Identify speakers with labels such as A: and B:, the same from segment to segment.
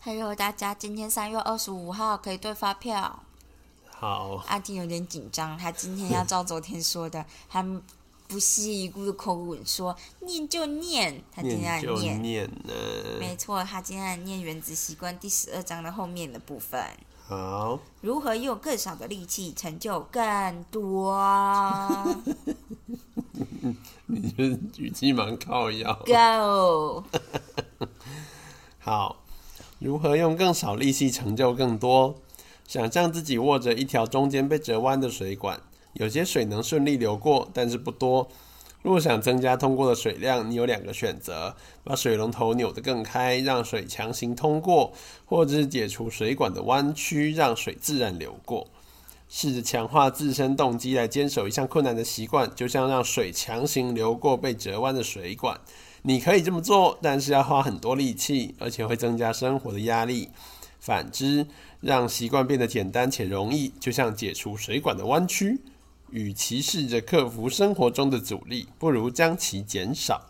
A: 还有大家，今天三月二十五号可以兑发票。
B: 好，
A: 阿婷有点紧张，她今天要照昨天说的， 她不屑一顾的口吻说念就念，她今天要
B: 念就
A: 念。
B: 念呢。
A: 没错，她今天要念《原子习惯》第十二章的后面的部分，
B: 好，
A: 如何用更少的力气成就更多，
B: 你这语气蛮靠腰。
A: ？Go！
B: 好，如何用更少力气成就更多？想象自己握着一条中间被折弯的水管，有些水能顺利流过，但是不多。若想增加通过的水量，你有两个选择：把水龙头扭得更开，让水强行通过；或者是解除水管的弯曲，让水自然流过。试着强化自身动机来坚守一项困难的习惯，就像让水强行流过被折弯的水管。你可以这么做，但是要花很多力气，而且会增加生活的压力。反之，让习惯变得简单且容易，就像解除水管的弯曲。与其试着克服生活中的阻力，不如将其减少。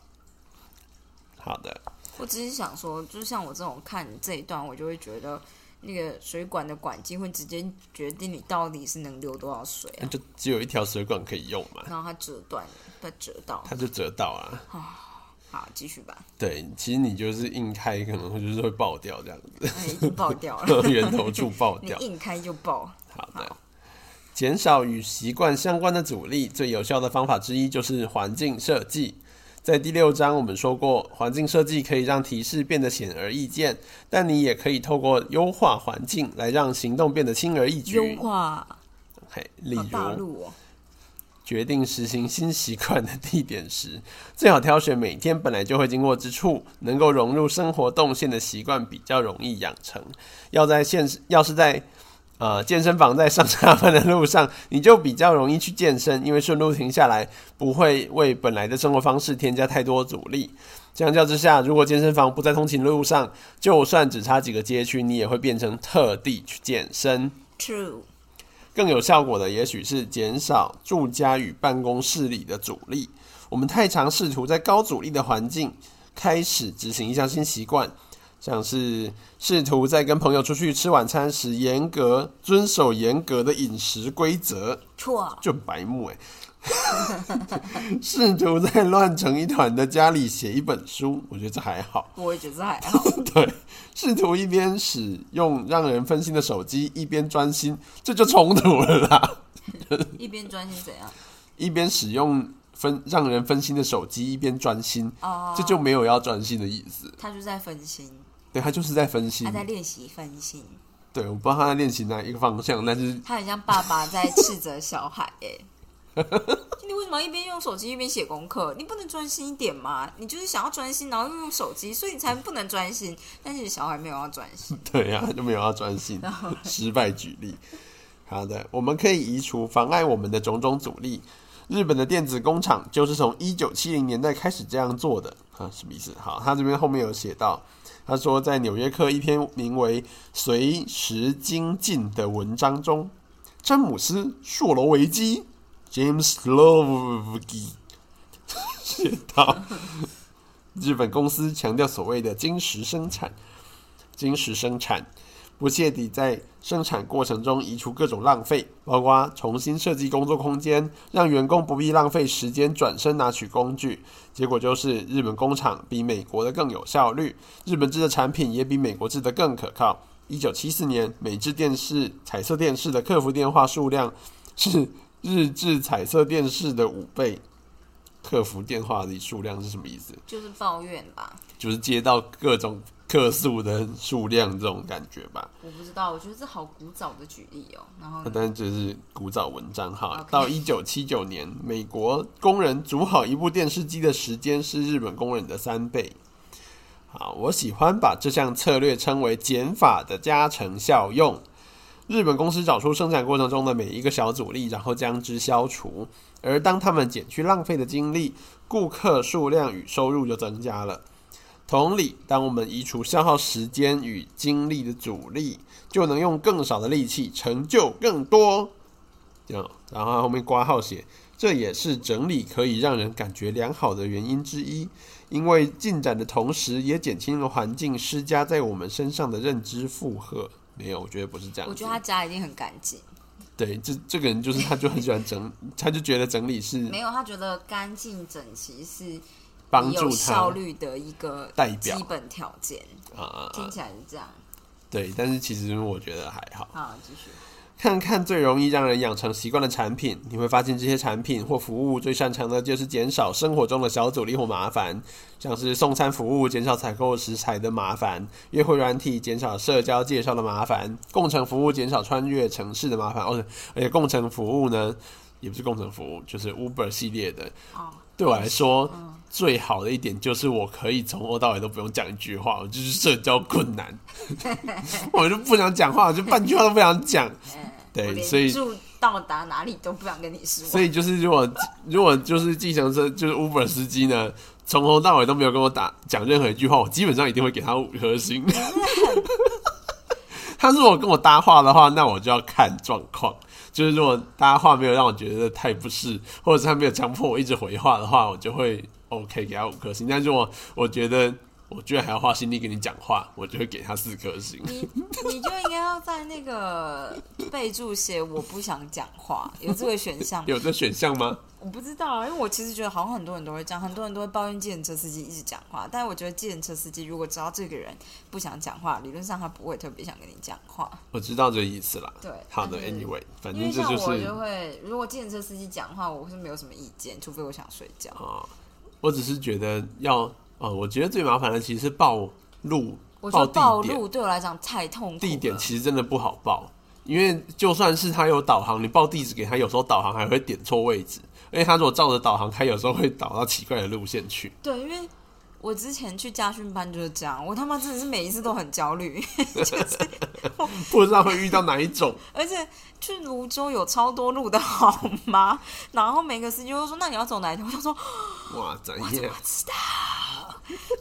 B: 好的，
A: 我只是想说，就像我这种看这一段，我就会觉得那个水管的管径会直接决定你到底是能流多少水啊
B: 那就只有一条水管可以用嘛，
A: 然后它折断，被折到。
B: 它就折到啊。
A: 好，继续 吧，
B: 对，其实你就是硬开，可能就是会爆掉这样子，
A: 哎已经爆掉了，
B: 源头处爆
A: 你
B: 掉。
A: 硬开就爆。
B: 好的，减少与习惯相关的阻力，最有效的方法之一就是环境设计。在第六章我们说过，环境设计可以让提示变得显而易见，但你也可以透过优化环境来让行动变得轻而易
A: 优
B: 举。
A: 化，
B: 嘿，例
A: 好大
B: 如
A: 陆哦，
B: 决定实行新习惯的地点时， 最好挑选每天本来就会经过之处，能够融入生活动线的习惯比较容易养成。要在现实，要是在呃健身房在上下班的路上， 你就比较容易去健身，因为顺路停下来不会为本来的生活方式添加太多阻力。相较之下，如果健身房不在通勤路上，就算只差几个街区，你也会变成特地去健身。
A: True，
B: 更有效果的，也许是减少住家与办公室里的阻力。我们太常试图在高阻力的环境开始执行一项新习惯，像是试图在跟朋友出去吃晚餐时严格遵守严格的饮食规则，
A: 错，
B: 就很白目哎、 试图在乱成一团的家里写一本书，我觉得这还好。
A: 我也觉得还好。
B: 对，试图一边使用让人分心的手机，一边专心，这就冲突了啦。
A: 一边专心怎样？
B: 一边使用分让人分心的手机，一边专心，
A: 哦，
B: 这就没有要专心的意思。
A: 他就在分心，
B: 对他就是在分心
A: 他，啊在练习分心，
B: 对，我不知道他在练习哪一个方向，但是
A: 他很像爸爸在斥责小孩哎、你为什么要一边用手机一边写功课？你不能专心一点吗？你就是想要专心，然后又用手机，所以你才不能专心。但是小孩没有要专心，
B: 对呀、他就没有要专心，失败举例。好的，我们可以移除妨碍我们的种种阻力。日本的电子工厂就是从一九七零年代开始这样做的啊，什么意思？好，他这边后面有写到，他说在《纽约客》一篇名为《随时精进》的文章中，詹姆斯·硕罗维基 （James Slovsky） 写道，日本公司强调所谓的晶石生产。精实生产，不懈地在生产过程中移除各种浪费，包括重新设计工作空间，让员工不必浪费时间转身拿取工具。结果就是日本工厂比美国的更有效率，日本制的产品也比美国制的更可靠。一九七四年，美制电视彩色电视的客服电话数量是日制彩色电视的五倍。客服电话的数量是什么意思？
A: 就是抱怨吧。
B: 就是接到各种客诉的数量这种感觉吧。
A: 我不知道，我觉得这好古早的举例哦。然后呢
B: 但是这是古早文章哈
A: OK。
B: 到一九七九年，美国工人煮好一部电视机的时间是日本工人的三倍。好，我喜欢把这项策略称为减法的加成效用。日本公司找出生产过程中的每一个小阻力，然后将之消除。而当他们减去浪费的精力，顾客数量与收入就增加了。同理，当我们移除消耗时间与精力的阻力，就能用更少的力气成就更多。这样，然后后面挂号写这也是整理可以让人感觉良好的原因之一，因为进展的同时，也减轻了环境施加在我们身上的认知负荷。没有，我觉得不是这样子。
A: 我觉得他家一定很干净，
B: 对这这个人就是他，就很喜欢整，他就觉得整理是
A: 没有他觉得干净整齐是
B: 嗯帮
A: 有
B: 助
A: 效
B: 他
A: 率的一个
B: 代表
A: 基本条件。
B: 啊啊啊
A: 听！起来是这样。
B: 对，但是其实我觉得还好。
A: 好，继续。
B: 看看最容易让人养成习惯的产品，你会发现这些产品或服务最擅长的就是减少生活中的小阻力或麻烦，像是送餐服务减少采购食材的麻烦，约会软体减少社交介绍的麻烦，共乘服务减少穿越城市的麻烦。哦，而且共乘服务呢，也不是共乘服务，就是 Uber 系列的。
A: 哦，
B: 对我来说，最好的一点就是我可以从头到尾都不用讲一句话，我就是社交困难，我就不想讲话，我就半句话都不想讲。
A: 哎我
B: 对，
A: 连
B: 所以
A: 住到达哪里都不想跟你说。
B: 所以就是如果如果就是计程车就是 Uber 司机呢，从头到尾都没有跟我打讲任何一句话，我基本上一定会给他五颗星。 他如果跟我搭话的话，那我就要看状况。就是如果搭话没有让我觉得太不适，或者是他没有强迫我一直回话的话，我就会 OK 给他五颗星。但如果我觉得我居然还要花心力跟你讲话，我就会给他四颗星。
A: 你你就应该要在那个备注写“我不想讲话”，有这个选项吗。
B: 有这选项吗？
A: 我不知道啊，因为我其实觉得好像很多人都会这样，很多人都会抱怨计程车司机一直讲话，但我觉得计程车司机如果知道这个人不想讲话，理论上他不会特别想跟你讲话。
B: 我知道这意思啦。
A: 对，
B: 好的
A: 但是
B: ，Anyway，反
A: 因
B: 正
A: 为
B: 这
A: 像
B: 就
A: 我
B: 是
A: 就会，如果计程车司机讲话，我是没有什么意见，除非我想睡觉。
B: 啊、我只是觉得要呃，我觉得最麻烦的其实是报路，
A: 我觉得暴
B: 哦地点，
A: 露对我来讲太痛苦了。
B: 地点其实真的不好报，因为就算是他有导航，你报地址给他，有时候导航还会点错位置，而且他如果照着导航开，有时候会导到奇怪的路线去。
A: 对，因为我之前去家训班就是这样，我他妈真的是每一次都很焦虑，
B: 不知道会遇到哪一 种。
A: 而且去泸州有超多路的 好吗？然后每个司机都说：“那你要走哪一条？”我就说
B: 哇，怎样？：“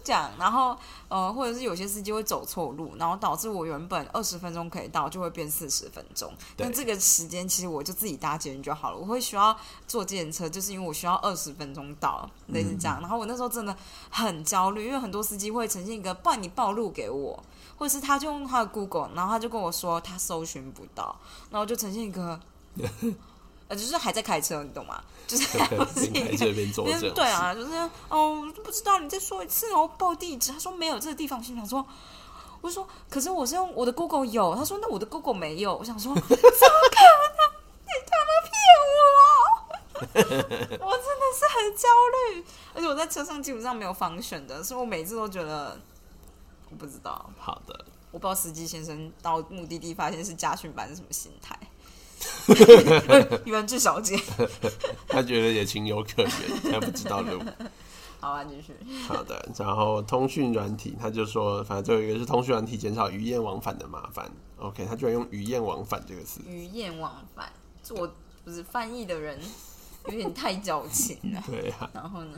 A: 这样。”然后呃，或者是有些司机会走错路，然后导致我原本二十分钟可以到，就会变四十分钟。
B: 对
A: 那这个时间其实我就自己搭捷运就好了。我会需要坐计程车，就是因为我需要二十分钟到，类似这
B: 嗯
A: 样。然后我那时候真的很焦虑，因为很多司机会呈现一个，不然你暴露给我。或者是他就用他的 Google，然后他就跟我说他搜寻不到，然后就呈现一 个，呃，就是还在开车，你懂吗？就是还不是
B: 边开
A: 一
B: 这
A: 个。
B: 边做
A: 因为
B: 这样，
A: 对，啊，就是哦，我就不知道你再说一次，然后报地址，他说没有这个地方，我心想说，我就说可是我是用我的 Google 有，他说那我的 Google 没有，我想说怎么可能？你他妈骗我！ 我真的是很焦虑，而且我在车上基本上没有防选的，所以我每次都觉得我不知道，
B: 好的，
A: 我不知道司机先生到目的地发现是家训班是什么心态。 原志小姐，
B: 他觉得也情有可原，他不知道路。
A: 好啊，继续。
B: 好的，然后通讯软体，他就说，反正最后一个是通讯软体减少鱼雁往返的麻烦。OK，他居然用鱼雁往返这个词，
A: 鱼雁往返，这我不是翻译的人有点太矫情 了。
B: 对啊，
A: 然后呢，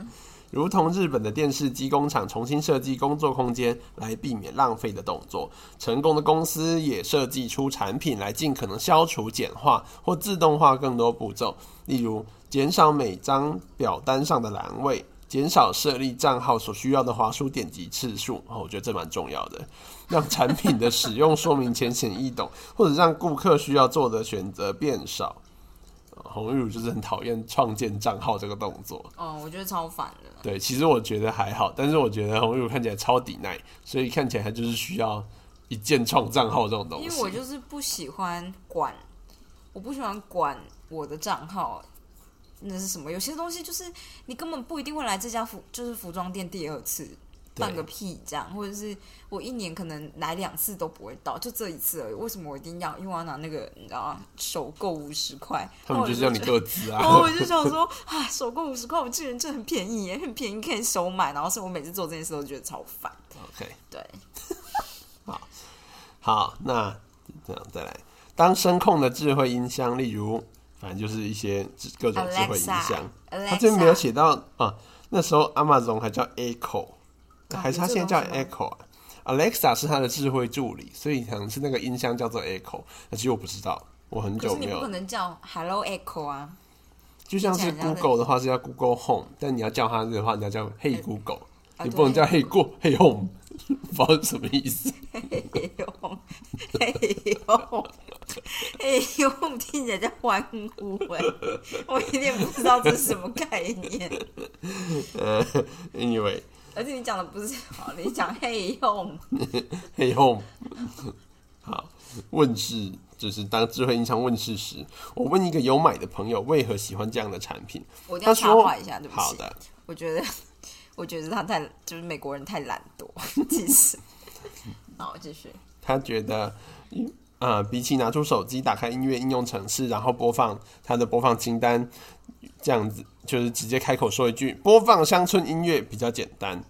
B: 如同日本的电视机工厂重新设计工作空间来避免浪费的动作，成功的公司也设计出产品来尽可能消除简化或自动化更多步骤，例如减少每张表单上的栏位。减少设立账号所需要的滑鼠点击次数，哦，我觉得这蛮重要的，让产品的使用说明浅显易懂， 或者让顾客需要做的选择变少。哦红玉乳就是很讨厌创建账号这个动作，
A: 哦，我觉得超烦的。
B: 对，其实我觉得还好，但是我觉得红玉看起来超抵耐，所以看起来他就是需要一键创账号这种东
A: 因为
B: 西
A: 我。就是不喜欢管，我不喜欢管我的账号那是什么。有些东西就是你根本不一定会来这家服，就是服装店第二次，
B: 对
A: 放个屁这样，或者是我一年可能来两次都不会到，就这一次而已。为什么我一定要？因为我要拿那个你知道吗？首购五十块，
B: 他
A: 然
B: 们
A: 后
B: 就
A: 我
B: 是要你
A: 觉得
B: 各自
A: 然后
B: 啊，
A: 我就想说，啊，首购五十块，我这个人真的很便宜耶，很便宜可以手买。然后所以我每次做这件事都觉得超烦。
B: OK，
A: 对，
B: 好，那这样再来，当声控的智慧音箱，例如反正就是一些智各种智慧音箱，他这边没有写到啊。那时候 Amazon 还叫 Echo，
A: 啊
B: 还是他
A: 有这
B: 现在叫
A: 个东西
B: Echo 啊？Alexa 是他的智慧助理，所以可能是那个音箱叫做 Echo。那其实我不知道，我很
A: 可
B: 久
A: 是你
B: 没
A: 不
B: 有
A: 可能叫 Hello Echo 啊，
B: 就像是
A: 听起来很像
B: Google 的话是要 Google Home，但你要叫它的话，你要叫 Hey Google，、
A: 啊
B: 你
A: 对
B: 不能叫 Hey Go Hey Home，不 知道是什么意思。
A: 嘿呦，嘿呦，嘿呦，听起来在欢呼哎、我有点不知道这是什么概念。
B: 呃，Anyway，
A: 而且你讲的不是好，你讲 嘿呦，
B: 黑 home。好，问世就是当智慧音箱问世时，我问一个有买的朋友为何喜欢这样的产品，
A: 我一定
B: 他
A: 要插
B: 说
A: 话一下，对不
B: 好
A: 起，
B: 的，
A: 我觉得， 我觉得他太就是美国人太懒惰， 其实。
B: 嗯
A: 好，继续。
B: 他觉得，嗯呃，比起拿出手机打开音乐应用程式，然后播放他的播放清单，这样子就是直接开口说一句“播放乡村音乐”比较简单。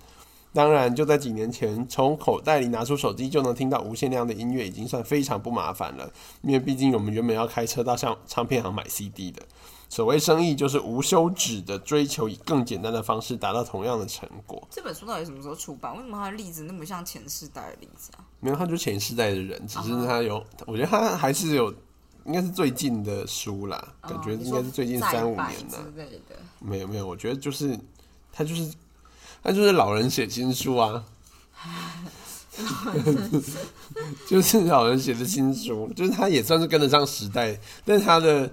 B: 当然，就在几年前，从口袋里拿出手机就能听到无限量的音乐，已经算非常不麻烦了。因为毕竟我们原本要开车到上唱片行买 CD 的。所谓生意，就是无休止的追求以更简单的方式达到同样的成果。
A: 这本书到底什么时候出版？为什么它的例子那么像前世代的例子啊？
B: 没有，他就前世代的人，只
A: 哦
B: 是他有，我觉得他还是有，应该是最近的书啦，感觉
A: 哦你
B: 应
A: 说
B: 该是最近
A: 再
B: 三五
A: 版
B: 年了。
A: 之类的。
B: 没有没有，我觉得就是他就是他就是老人写新 书啊，就是老人写的新书，就是他也算是跟得上时代，但是他的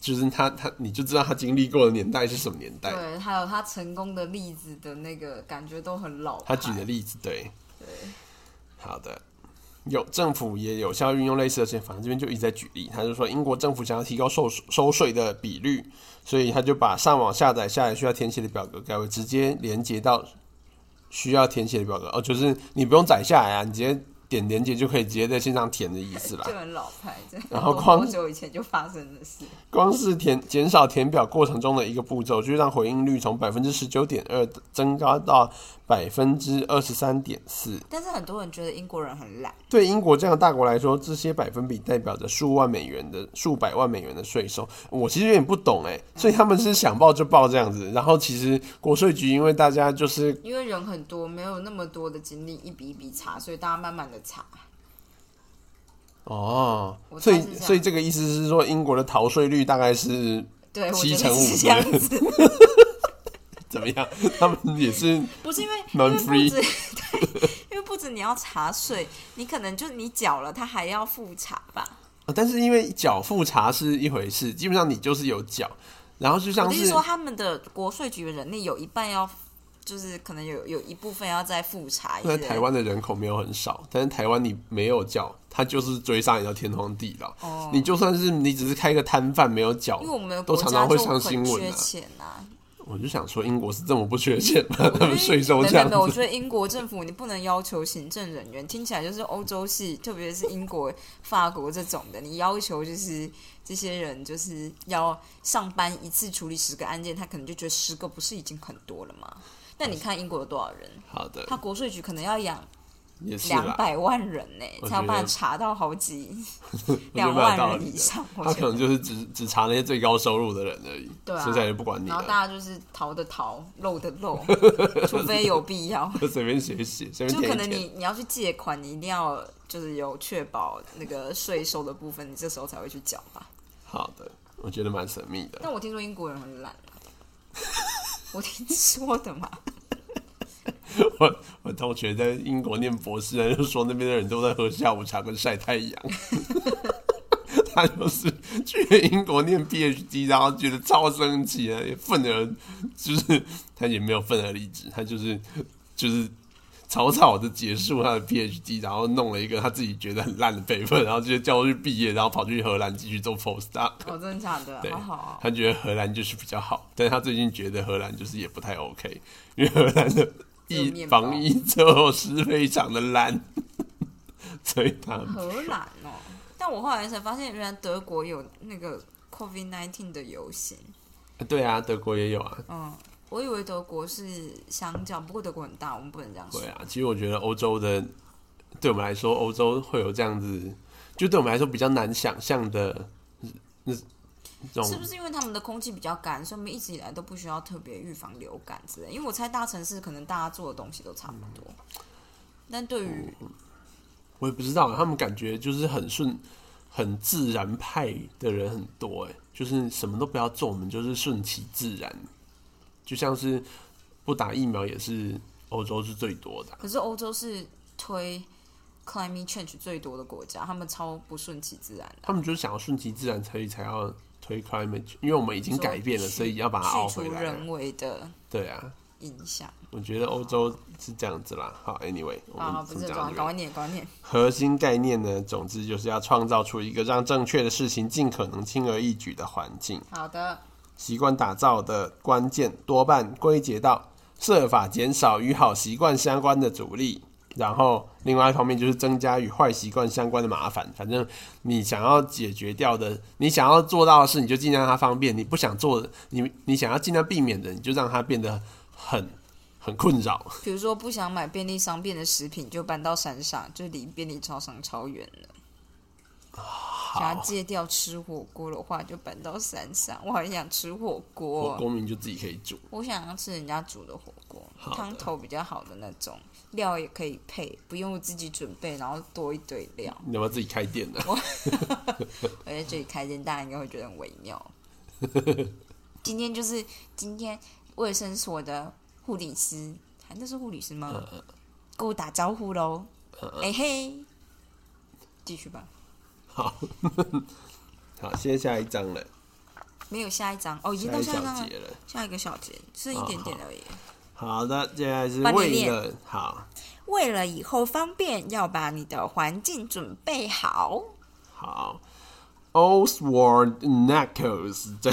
B: 就是他他你就知道他经历过的年代是什么年代。
A: 对，还有他成功的例子的那个感觉都很老
B: 他
A: 派。
B: 举的例子，对，好的。有政府也有效运用类似的事情，反正这边就一直在举例。他就说，英国政府想要提高收收税的比率，所以他就把上网下载下来需要填写的表格改为直接连接到需要填写的表格。哦，就是你不用载下来啊，你直接点连接就可以直接在线上填的意思啦
A: 就。很老派，这
B: 然后
A: 多
B: 光
A: 多久以前就发生的事？
B: 光是填减少填表过程中的一个步骤，就让回应率从百分之十九点二增高到百分之二十三点四。
A: 但是很多人觉得英国人很懒，
B: 对英国这样的大国来说，这些百分比代表着数万美元的、数百万美元的税收。我其实有点不懂哎，所以他们是想报就报这样子。然后其实国税局因为大家就是
A: 因为人很多，没有那么多的精力一笔一笔查，所以大家慢慢的查。
B: 哦，
A: 我
B: 所
A: 猜
B: 以
A: 是这样
B: 所以这个意思是说，英国的逃税率大概是
A: 对，我
B: 七
A: 觉
B: 乘
A: 得
B: 五
A: 是这样子，
B: 怎么样？ 他们也是
A: 不是因为因为
B: Non
A: 不
B: free
A: 止 对，因为不止你要查税，你可能就你缴了，他还要复查吧。
B: 哦但是因为缴复查是一回事，基本上你就是有缴，然后就
A: 我
B: 像
A: 就是
B: 是
A: 说，他们的国税局的人力有一半要，就是可能有有一部分要再复查一
B: 在
A: 些。
B: 台湾的人口没有很少，但是台湾你没有缴，他就是追杀你到天荒地老。
A: 哦
B: 你就算是你只是开个摊贩没有缴
A: 因为，我们的
B: 都
A: 国
B: 常
A: 家
B: 常会
A: 就
B: 上
A: 很
B: 新闻
A: 缺
B: 啊
A: 钱啊，
B: 我就想说英国是这么不缺钱吗？他 们税收
A: 没
B: 这样
A: 没没，我
B: 子，
A: 觉得英国政府你不能要求行政人员，听起来就是欧洲系，特别是英国、法国这种的，你要求就是这些人就是要上班一次处理十个案件，他可能就觉得十个不是已经很多了 吗？但你看英国有多少人？
B: 好的
A: 他国税局可能要养
B: 也是
A: 两
B: 啦，
A: 百万人呢、
B: 我觉
A: 才
B: 得
A: 有办法查到好几
B: 我觉得
A: 两
B: 蛮
A: 万
B: 有道
A: 人
B: 理
A: 以
B: 的。
A: 上。我
B: 他
A: 觉
B: 可
A: 得
B: 能就是只只查那些最高收入的人而已，
A: 对啊
B: 剩下就不管你
A: 然后
B: 了，
A: 大家就是逃的逃，漏的 漏，除非有必要。
B: 随便写一写，随
A: 就
B: 便
A: 可
B: 填一
A: 能
B: 填。
A: 你你要去借款，你一定要就是有确保那个税收的部分，你这时候才会去缴吧。
B: 好的，我觉得蛮神秘的。
A: 但我听说英国人很懒啊、 我听说的嘛。
B: 我我同学在英国念博士，他就说那边的人都在喝下午茶跟晒太阳。 他就是去英国念 PhD，然后觉得超生气啊，也愤而就是他也没有愤而离职，他就是就是草草的结束他的 PhD，然后弄了一个他自己觉得很烂的备份，然后直接叫我去毕业，然后跑去荷兰继续做 postdoc。
A: 哦，真的假的？
B: 对
A: 好好、哦。
B: 他觉得荷兰就是比较好，但是他最近觉得荷兰就是也不太 OK，因为荷兰的
A: 有
B: 疫
A: 面包
B: 防疫措施非常的烂， 所以他
A: 荷兰哦，但我后来才发现，原来德国有那个 COVID nineteen 的游行。
B: 对啊，德国也有啊，
A: 嗯，我以为德国是相较，不过德国很大，我们不能这样说
B: 对。啊，其实我觉得欧洲的，对我们来说，欧洲会有这样子，就对我们来说比较难想象的那那种
A: 是不是因为他们的空气比较干，所以我们一直以来都不需要特别预防流感之类？因为我猜大城市可能大家做的东西都差不多，但对于
B: 嗯啊我也不知道，他们感觉就是很顺，很自然派的人很多、欸，哎，就是什么都不要做，我们就是顺其自然，就像是不打疫苗也是欧洲是最多的啊、
A: 可是欧洲是推 climate change 最多的国家，他们超不顺其自然的，
B: 他们就是想要顺其自然，所以才要推 climate，因为我们已经改变了，所以要把它凹
A: 去
B: 回
A: 除
B: 来啊。
A: 人为的
B: 对啊，
A: 影响。
B: 我觉得欧洲是这样子啦。好，anyway，我
A: 啊，
B: 们
A: 不
B: 不
A: 是
B: 讲
A: 转，
B: 这
A: 搞
B: 个
A: 快念，搞快念。
B: 核心概念呢，总之就是要创造出一个让正确的事情尽可能轻而易举的环境。
A: 好的，
B: 习惯打造的关键多半归结到设法减少与好习惯相关的阻力，然后另外一方面就是增加与坏习惯相关的麻烦。反正你想要解决掉的，你想要做到的事，你就尽量让它方便；你不想做的，你你想要尽量避免的，你就让它变得很很困扰。
A: 比如说不想买便利商店的食品，就搬到山上，就离便利超商超远了。想要
B: 好，
A: 戒掉吃火锅的话，就搬到山上。我很想吃火
B: 我
A: 锅，
B: 公民就自己可以煮。
A: 我想要吃人家煮的火锅，
B: 好的
A: 汤头比较好的那种，料也可以配，不用自己准备，然后多一堆料。
B: 你要不要自己开店呢、
A: 我在这里开间，大家应该会觉得很微 妙。今天就是今天卫生所的护理师，啊那是护理师吗？
B: 呃
A: 跟我打招呼喽，哎、嘿，继续吧。
B: 好， 好，现在下一章了，
A: 没有下一章哦，已经
B: 下
A: 到
B: 一
A: 下
B: 小
A: 一章了
B: 节，啊了。
A: 下一个小节是一点点而已。
B: 好的，接下来是
A: 换你
B: 为
A: 念
B: 了好，
A: 为了以后方便，要把你的环境准备好。
B: 好，Oswald Knuckles 在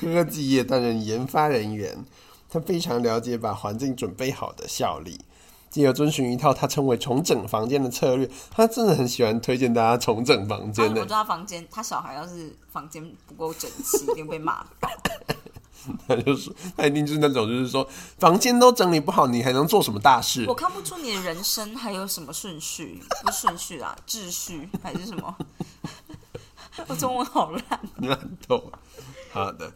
B: 科技业担任研发人员，他非常了解把环境准备好的效力，进而遵循一套他称为“重整房间”的策略。他真的很喜欢推荐大家重整房
A: 他
B: 间
A: 如
B: 的
A: 果，抓房间，他小孩要是房间不够整齐，一定被骂。
B: 他就是他一定是那种就是说房间都整理不好，你还能做什么大事
A: 我？看不出你的人生还有什么顺序，不是顺序啦，秩序还是什么？ 我中文好烂。啊
B: 烂透。好的，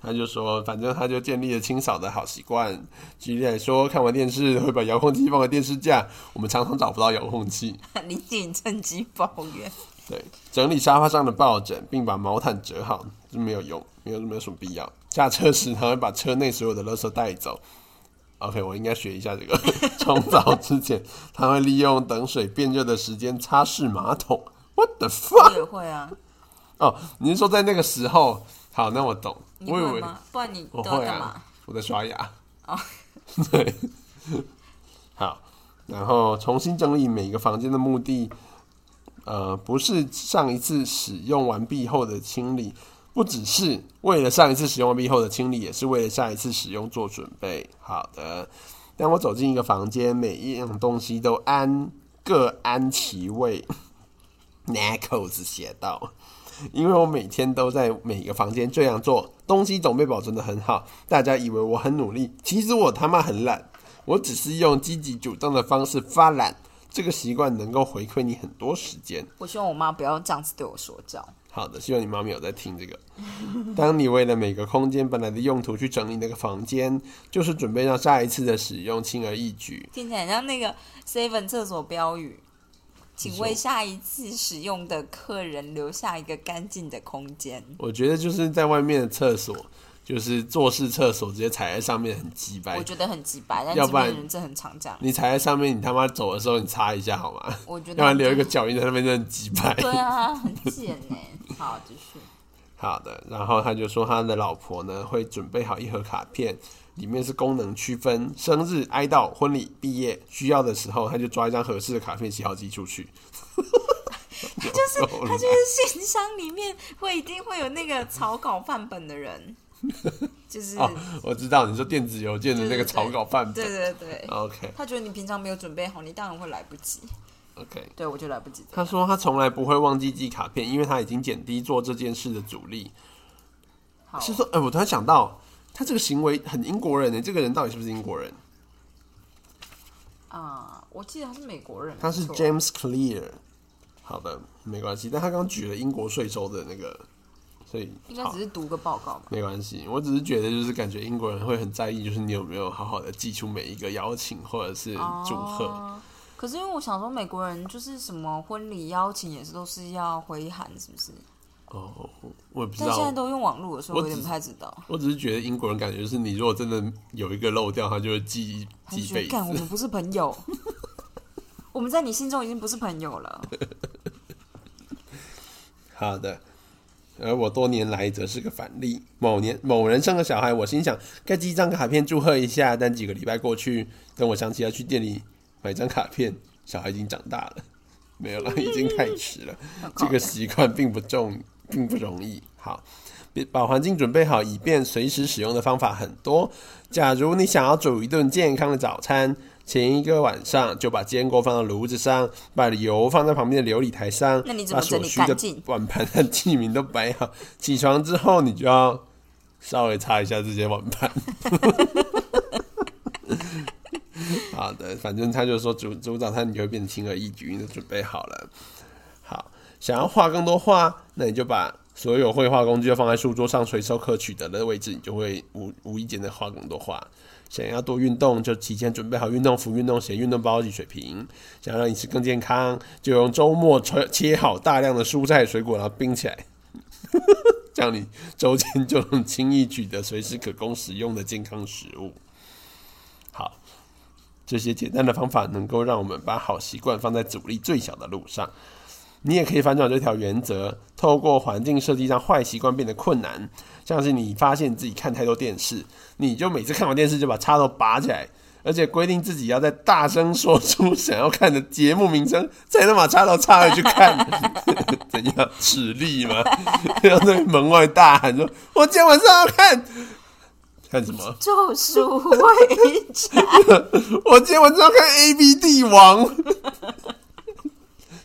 B: 他就说，反正他就建立了清扫的好习惯。举例来说，看完电视会把遥控器放在电视架，我们常常找不到遥控器。
A: 林景趁机抱怨，
B: 对，整理沙发上的抱枕，并把毛毯折好，这没有用，没有没有什么必要。下车时，他会把车内所有的垃圾带走。OK，我应该学一下这个。冲澡之前，他会利用等水变热的时间擦拭马桶。What the
A: 我
B: fuck？
A: 也会啊。
B: 哦，你是说在那个时候？好，那我懂。
A: 你
B: 我以
A: 会
B: 为
A: 吗？不然你
B: 我
A: 都要
B: 会
A: 干
B: 啊
A: 嘛？，
B: 我在刷牙。
A: 哦，
B: 对，好，然后重新整理每个房间的目的，呃，不是上一次使用完毕后的清理，不只是为了上一次使用完毕后的清理，也是为了下一次使用做准备。好的，当我走进一个房间，每一样东西都安各安其位。Nichols 写道。因为我每天都在每个房间这样做，东西总被保存的很好。大家以为我很努力，其实我他妈很懒，我只是用积极主动的方式发懒。这个习惯能够回馈你很多时间。
A: 我希望我妈不要这样子对我说教。
B: 好的，希望你妈咪有在听这个。当你为了每个空间本来的用途去整理那个房间，就是准备让下一次的使用轻而易举。
A: 听起来很像那个 seven 厕所标语，请
B: 你
A: 为
B: 说
A: 下一次使用的客人留下一个干净的空间。
B: 我觉得就是在外面的厕所，就是坐式厕所，直接踩在上面很鸡掰
A: 我。觉得很直白，但
B: 哎要
A: 这
B: 不然
A: 边的人真的很常这样。
B: 你踩在上面，你他妈走的时候你擦一下好吗？
A: 我觉得
B: 要不然留一个脚印在那边，真的很鸡掰。
A: 对啊，很贱呢、好，继续。
B: 好的，然后他就说他的老婆呢会准备好一盒卡片，里面是功能区分，生日、哀悼、婚礼、毕业，需要的时候他就抓一张合适的卡片写好寄出去。他就是
A: 他就是信箱里面会一定会有那个草稿范本的 人，就是、
B: 哦， 我知道你说电子邮件的那个草稿范本。
A: 对对对，
B: OK
A: 他觉得你平常没有准备好，你当然会来不及。
B: OK，
A: 对我就来不及的。
B: 他说他从来不会忘记寄卡片，因为他已经减低做这件事的阻力。
A: 好，
B: 是说，哎、我突然想到，他这个行为很英国人呢。这个人到底是不是英国人？
A: 啊、我记得他是美国人，
B: 他是
A: 没错
B: James Clear。好的，没关系。但他刚举了英国税收的那个，所以
A: 应该
B: 好
A: 只是读个报告吧。
B: 没关系。我只是觉得，就是感觉英国人会很在意，就是你有没有好好的记出每一个邀请或者是祝贺。
A: 哦可是因为我想说，美国人就是什么婚礼邀请也是都是要回函，是不是？
B: 哦，我也不知
A: 但现在
B: 道，
A: 都用网络了，所以
B: 我
A: 我有点
B: 只
A: 不太知道。
B: 我只是觉得英国人感觉就是你如果真的有一个漏掉，他就会记
A: 他就
B: 记
A: 觉
B: 辈
A: 得干，我
B: 子。
A: 们不是朋 友，我们在你心中已经不是朋友了。
B: 好的。而我多年来则是个反例。某年某人生个小孩，我心想该寄一张卡片祝贺一下，但几个礼拜过去，等我想起要去店里买张卡片，小孩已经长大了， 没有了，已经太迟了。这个习惯并不重，并不容易。好，把环境准备好，以便随时使用的方法很多。假如你想要煮一顿健康的早餐，前一个晚上就把煎锅放到炉子上，把油放在旁边的琉璃台上，
A: 那你怎
B: 把
A: 么
B: 所
A: 整理
B: 需的
A: 干净
B: 碗盘和器皿都摆好。 起床之后，你就要稍微擦一下这些碗盘。 好的，反正他就说煮煮早餐，你就会变轻而易举，你都准备好了。好，想要画更多画，那你就把所有绘画工具都放在书桌上随手可取得的位置，你就会无无意间的画更多画。想要多运动，就提前准备好运动服、运动鞋、运动包及水瓶。想要让饮食更健康，就用周末切切好大量的蔬菜水果，然后冰起来， 这样你周间就能轻易取得随时可供食用的健康食物。好，这些简单的方法能够让我们把好习惯放在阻力最小的路上。你也可以反转这条原则，透过环境设计让坏习惯变得困难。像是你发现自己看太多电视，你就每次看完电视就把插头拔起来，而且规定自己要在大声说出想要看的节目名称，才能把插头插回去看。 怎样？齿力吗？ 要在门外大喊说：“我今天晚上要看看什么？
A: 咒 术回战，
B: 我今天晚上要看 A B 帝王。”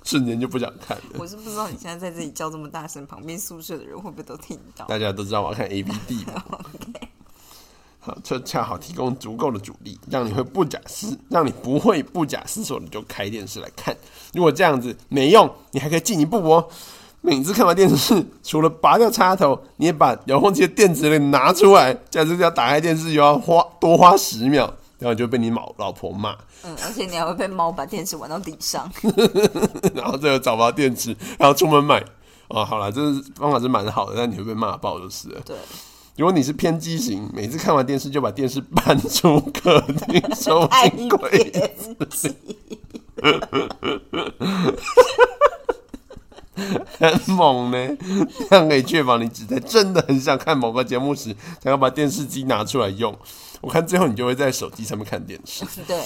B: 瞬间就不想看了。
A: 我是不知道你现在在这里叫这么大声，旁边宿舍的人会不会都听到？
B: 大家都知道我要看 A B D 嘛。好，这恰好提供足够的阻力，让你会不假思，让你不会不假思索的就开电视来看。如果这样子没用，你还可以进一步哦。每次看完电视，除了拔掉插头，你也把遥控器的电子给拿出来。假设要打开电视，又要花多花十秒，然后就被你老老婆骂。
A: 嗯，而且你还会被猫把电视玩到地上。
B: 然后最后找不到电池，然后出门买。哦，好了，这是方法是蛮好的，但你会被骂爆就是了。
A: 对，
B: 如果你是偏激型，每次看完电视就把电视搬出客厅 收
A: 爱
B: 进柜，
A: 偏激，
B: 很猛呢。 这样可以确保你只在真的很想看某个节目时，才要把电视机拿出来用。我看最后你就会在手机上面看电视。
A: 对，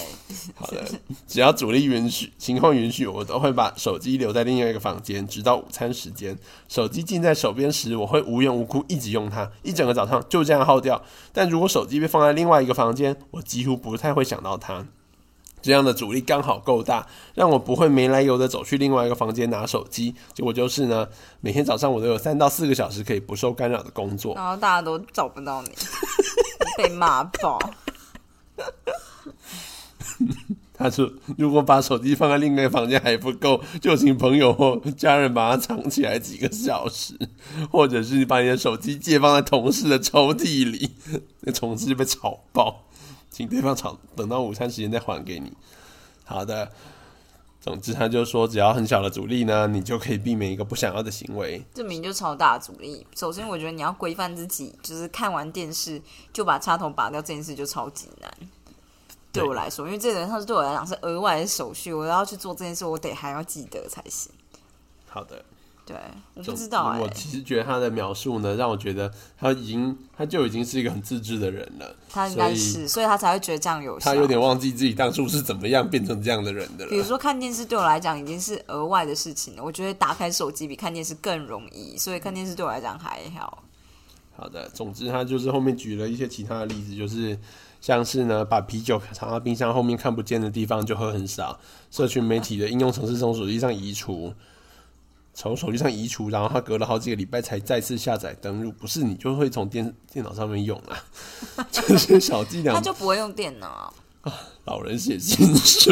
B: 好的，只要主力允许、情况允许，我都会把手机留在另外一个房间，直到午餐时间。手机近在手边时，我会无缘无故一直用它，一整个早上就这样耗掉。但如果手机被放在另外一个房间，我几乎不太会想到它。这样的阻力刚好够大，让我不会没来由的走去另外一个房间拿手机。结果就是呢，每天早上我都有三到四个小时可以不受干扰的工作。
A: 然后大家都找不到 你，被骂爆。
B: 他说：“如果把手机放在另一个房间还不够，就请朋友或家人把它藏起来几个小时，或者是你把你的手机借放在同事的抽屉里，那同事就被吵爆，请对方吵，等到午餐时间再还给你。”好的，总之他就说，只要很小的阻力呢，你就可以避免一个不想要的行为。
A: 这明明就超大的阻力。首先，我觉得你要规范自己，就是看完电视就把插头拔掉这件事就超级难。对
B: 对
A: 我来说，因为这个它是对我来讲是额外的手续，我要去做这件事，我得还要记得才行。
B: 好的，
A: 对，我不
B: 总
A: 知道哎、
B: 我其实觉得他的描述呢，让我觉得他已经他就已经是一个很自制的人了，
A: 他应
B: 所
A: 该
B: 以
A: 是，所以他才会觉得这样有效。
B: 他有点忘记自己当初是怎么样变成这样的人的
A: 比如
B: 了。
A: 说看电视对我来讲已经是额外的事情了，我觉得打开手机比看电视更容易，所以看电视对我来讲还好。
B: 好的，总之他就是后面举了一些其他的例子，就是像是呢，把啤酒藏到冰箱后面看不见的地方就喝很少，社群媒体的应用程式从手机上移除，从手机上移除，然后他隔了好几个礼拜才再次下载登录，不是你就会从电电脑上面用啊， 这些小伎
A: 他
B: 俩，
A: 就不会用电脑，啊
B: 老人写信书，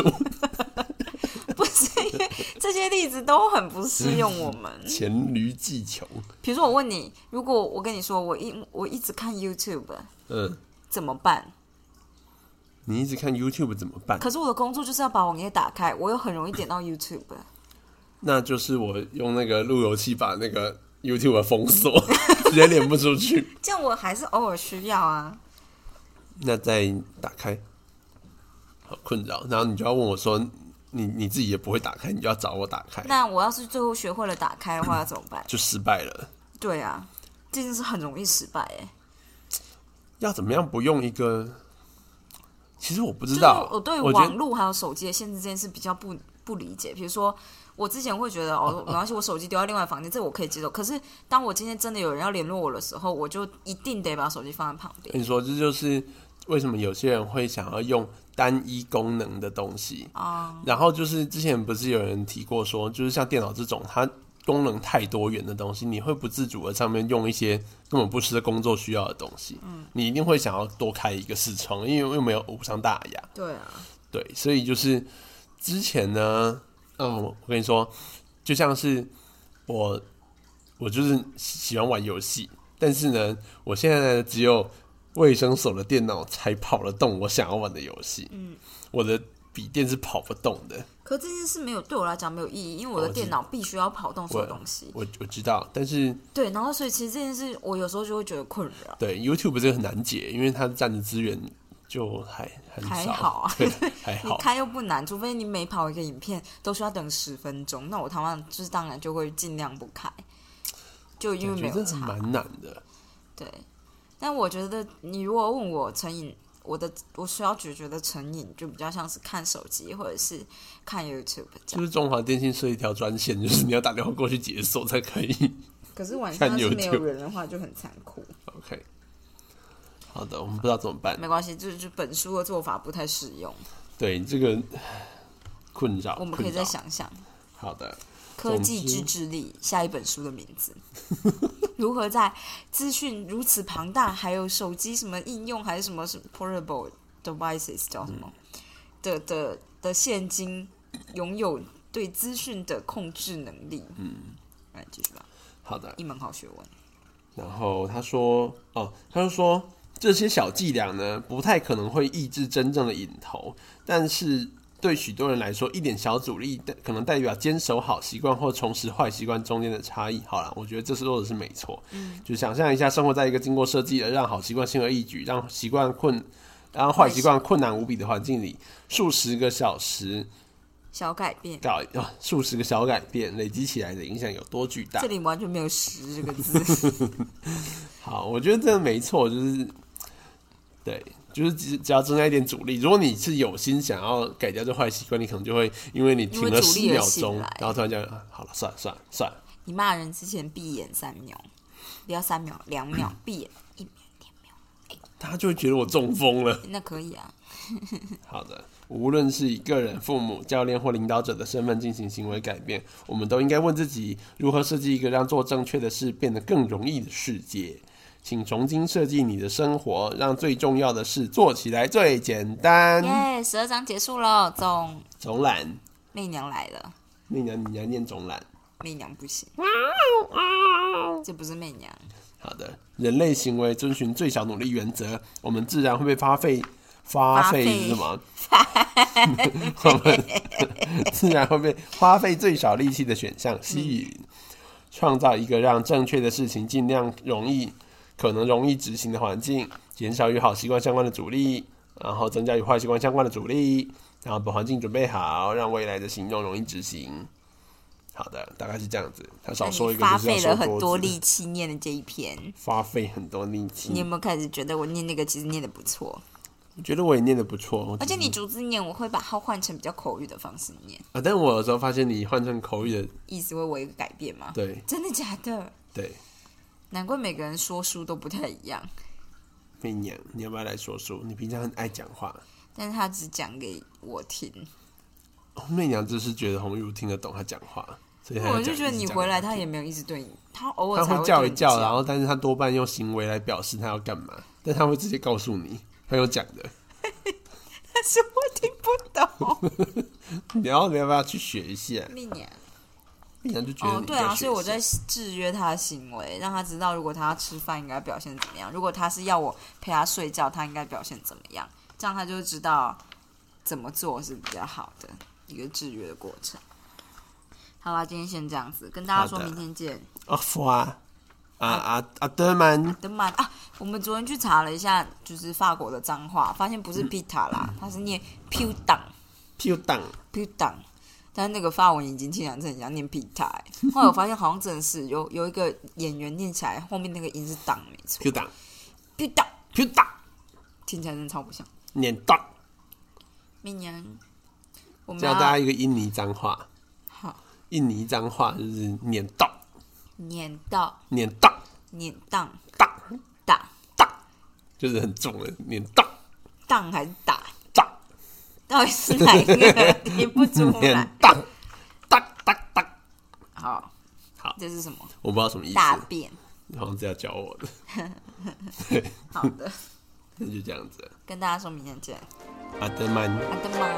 A: 不是因为这些例子都很不适用我们。
B: 黔驴技穷，
A: 比如说，我问你，如果我跟你说我一我一直看 YouTube
B: 嗯，
A: 怎么办？
B: 你一直看 YouTube 怎么办？
A: 可是我的工作就是要把网页打开，我又很容易点到 YouTube。
B: 那就是我用那个路由器把那个 YouTube 封锁， 直接连不出去。
A: 这样我还是偶尔需要啊。
B: 那再打开，好困扰。然后你就要问我说，你你自己也不会打开，你就要找我打开，
A: 那我要是最后学会了打开的话，要怎么办？
B: 就失败了。
A: 对啊，这件事很容易失败哎、
B: 要怎么样不用一个？其实我不
A: 就
B: 知
A: 是
B: 道，
A: 我对
B: 我觉
A: 网
B: 得
A: 络还有手机的限制这件事比较不不理解。比如说，我之前会觉得哦，没关系，我手机丢到另外房间，这我可以接受。可是当我今天真的有人要联络我的时候，我就一定得把手机放在旁边
B: 你说这就是为什么有些人会想要用单一功能的东西。
A: 啊、
B: 然后就是之前不是有人提过说，就是像电脑这种它功能太多元的东西，你会不自主的上面用一些根本不是工作需要的东西，嗯，你一定会想要多开一个视窗，因为又没有无伤大雅，
A: 对啊，
B: 对，所以就是之前呢，嗯，我跟你说，就像是我，我就是喜喜欢玩游戏，但是呢，我现在呢只有卫生所的电脑才跑得动我想要玩的游戏，嗯，我的笔电是跑不动的。
A: 可这件事没有对我来讲没有意义，因为我的
B: 我知
A: 电脑必须要跑动
B: 啊
A: 所有东西。
B: 我我知道，但是
A: 对，然后所以其实这件事我有时候就会觉得困扰。
B: 对 YouTube 这个很难解，因为它占的资源就还很少，
A: 还好啊
B: 对，还
A: 你
B: 好。
A: 开又不难，除非你每跑一个影片都需要等十分钟，那我他妈就是当然就会尽量不开，就因
B: 我
A: 为
B: 觉
A: 没有
B: 得
A: 差。
B: 蛮难的，
A: 对，但我觉得你如果问我成瘾，我的我需要解决的成瘾就比较像是看手机或者是看 YouTube 这
B: 就
A: 样。
B: 是中华电信设一条专线，就是你要打电话过去解锁才可以。
A: 可是晚
B: 看
A: 上是没有
B: YouTube
A: 人的话就很残酷。
B: OK，好的，我们不知道怎么办。
A: 没关系，就是就本书的做法不太适用，
B: 对这个困扰，
A: 我们可以
B: 困
A: 再
B: 扰。
A: 想想。
B: 好的，
A: 科技
B: 总之
A: 之智力，下一本书的名字， 如何在资讯如此庞大，还有手机什么应用，还是什么是 portable devices 叫什么、
B: 嗯
A: 的的的现今拥有对资讯的控制能力？嗯，来继续吧，
B: 好的。
A: 一门好学问。
B: 然后他说，哦，他就说这些小伎俩呢，不太可能会抑制真正的瘾头，但是对许多人来说，一点小阻力，但可能代表坚守好习惯或重拾坏习惯中间的差异。好了，我觉得这是说的是没错。嗯，就想象一下，生活在一个经过设计的让好习惯轻而易举，让习惯困，让坏习惯困难无比的环境里，数十个小时
A: 小改变，
B: 改啊，数十个小改变累积起来的影响有多巨大
A: 这？里完全没有“十”这个 字。
B: 好，我觉得真的没错，就是对，就是只只要增加一点阻力。如果你是有心想要改掉这坏习惯，你可能就会因为你停了
A: 因为阻
B: 十
A: 力而
B: 秒
A: 醒
B: 钟
A: 来，
B: 然后突然讲、啊、好了，算了算了算了，
A: 你骂人之前闭眼三秒，不要三秒，两秒，闭眼一秒，
B: 他就会觉得我中风了。
A: 那可以啊。
B: 好的，无论是以个人、父母、教练或领导者的身份进行行为改变，我们都应该问自己，如何设计一个让做正确的事变得更容易的世界。请重新设计你的生活，让最重要的事做起来最简单。
A: 耶，十二章结束了，总
B: 总览，
A: 媚娘来了。
B: 那你要你要念总览。
A: 媚娘不行，这不是媚娘，
B: 好的，人类行为遵循最小努力原则，我们自然会被发费发
A: 发
B: 费
A: 费
B: 是吗？我们自然会被花费最少力气的选项吸引，创造一个让正确的事情尽量容易、可能容易执行的环境，减少与好习惯相关的阻力，然后增加与坏习惯相关的阻力，然后把环境准备好，让未来的行动容易执行。好的，大概是这样子。
A: 那
B: 他少说一
A: 你
B: 个
A: 发
B: 就是要
A: 费
B: 说
A: 了很
B: 桌
A: 多
B: 子
A: 力气念的这一篇，
B: 花费很多力
A: 你有
B: 气。
A: 没有开始觉得我念那个其实念的不错？
B: 嗯我觉得我也念的不错，我只
A: 而且
B: 是
A: 你逐字念，我会把它换成比较口语的方式念，
B: 啊，但我有时候发现你换成口语的，
A: 意思为我有一个改变吗？
B: 对
A: 真的假的？
B: 对，
A: 难怪每个人说书都不太一样，
B: 媚娘，你要不要来说说？你平常很爱讲话，
A: 但是他只讲给我听，
B: 哦媚娘只是觉得红玉如听得懂她讲话，所以她
A: 我
B: 要
A: 就
B: 讲
A: 觉得
B: 一直
A: 你
B: 讲
A: 回来
B: 给
A: 他
B: 她
A: 也没有一直对你，他偶尔
B: 听，
A: 才
B: 她
A: 会
B: 会叫
A: 对
B: 一
A: 你
B: 叫，然后但是她多半用行为来表示她要干嘛，但她会直接告诉你，她有讲的。
A: 但是我听不懂。
B: 你要你要不要去学一下？
A: 媚娘，
B: 必然就觉得
A: 哦
B: 你，
A: 对啊，
B: 在学
A: 所以我
B: 生
A: 在制约他的行为，让他知道如果他要吃饭应该表现怎么样，如果他是要我陪他睡觉，他应该表现怎么样，这样他就知道怎么做是比较好的一个制约的过程。好啦，今天先这样子，跟大家说
B: 好的
A: 明天见。
B: 阿福啊啊啊啊德曼
A: 德曼啊，我们昨天去查了一下，就是法国的脏话，发现不
B: 嗯
A: 是 pita 啦，它是念 p u d a n
B: Q 档
A: p u d a n 但是那个发文已经听起来真的很像念 pita，、欸、后来我发现好像真的是有有一个演员念起来后面那个音是当没错
B: Q 档
A: p u d a n
B: Q 档
A: 听起来真的超不像。
B: 年档，
A: 明年我们
B: 教大家
A: 要
B: 一个印尼脏话，
A: 好
B: 印尼脏话就是年档
A: 年到
B: 年档
A: 年当
B: 档
A: 打
B: 档，就是很重的年档
A: 当还是打，
B: 档
A: 到底是哪一个？听不出来
B: 年。档档档档，
A: 啊好，
B: 好
A: 这是什么？
B: 我不知道什么意思，
A: 大便。
B: 好像是要教我的，
A: 好的，
B: 那就这样子，
A: 跟大家说明天见。
B: 阿德曼。
A: 阿德玛。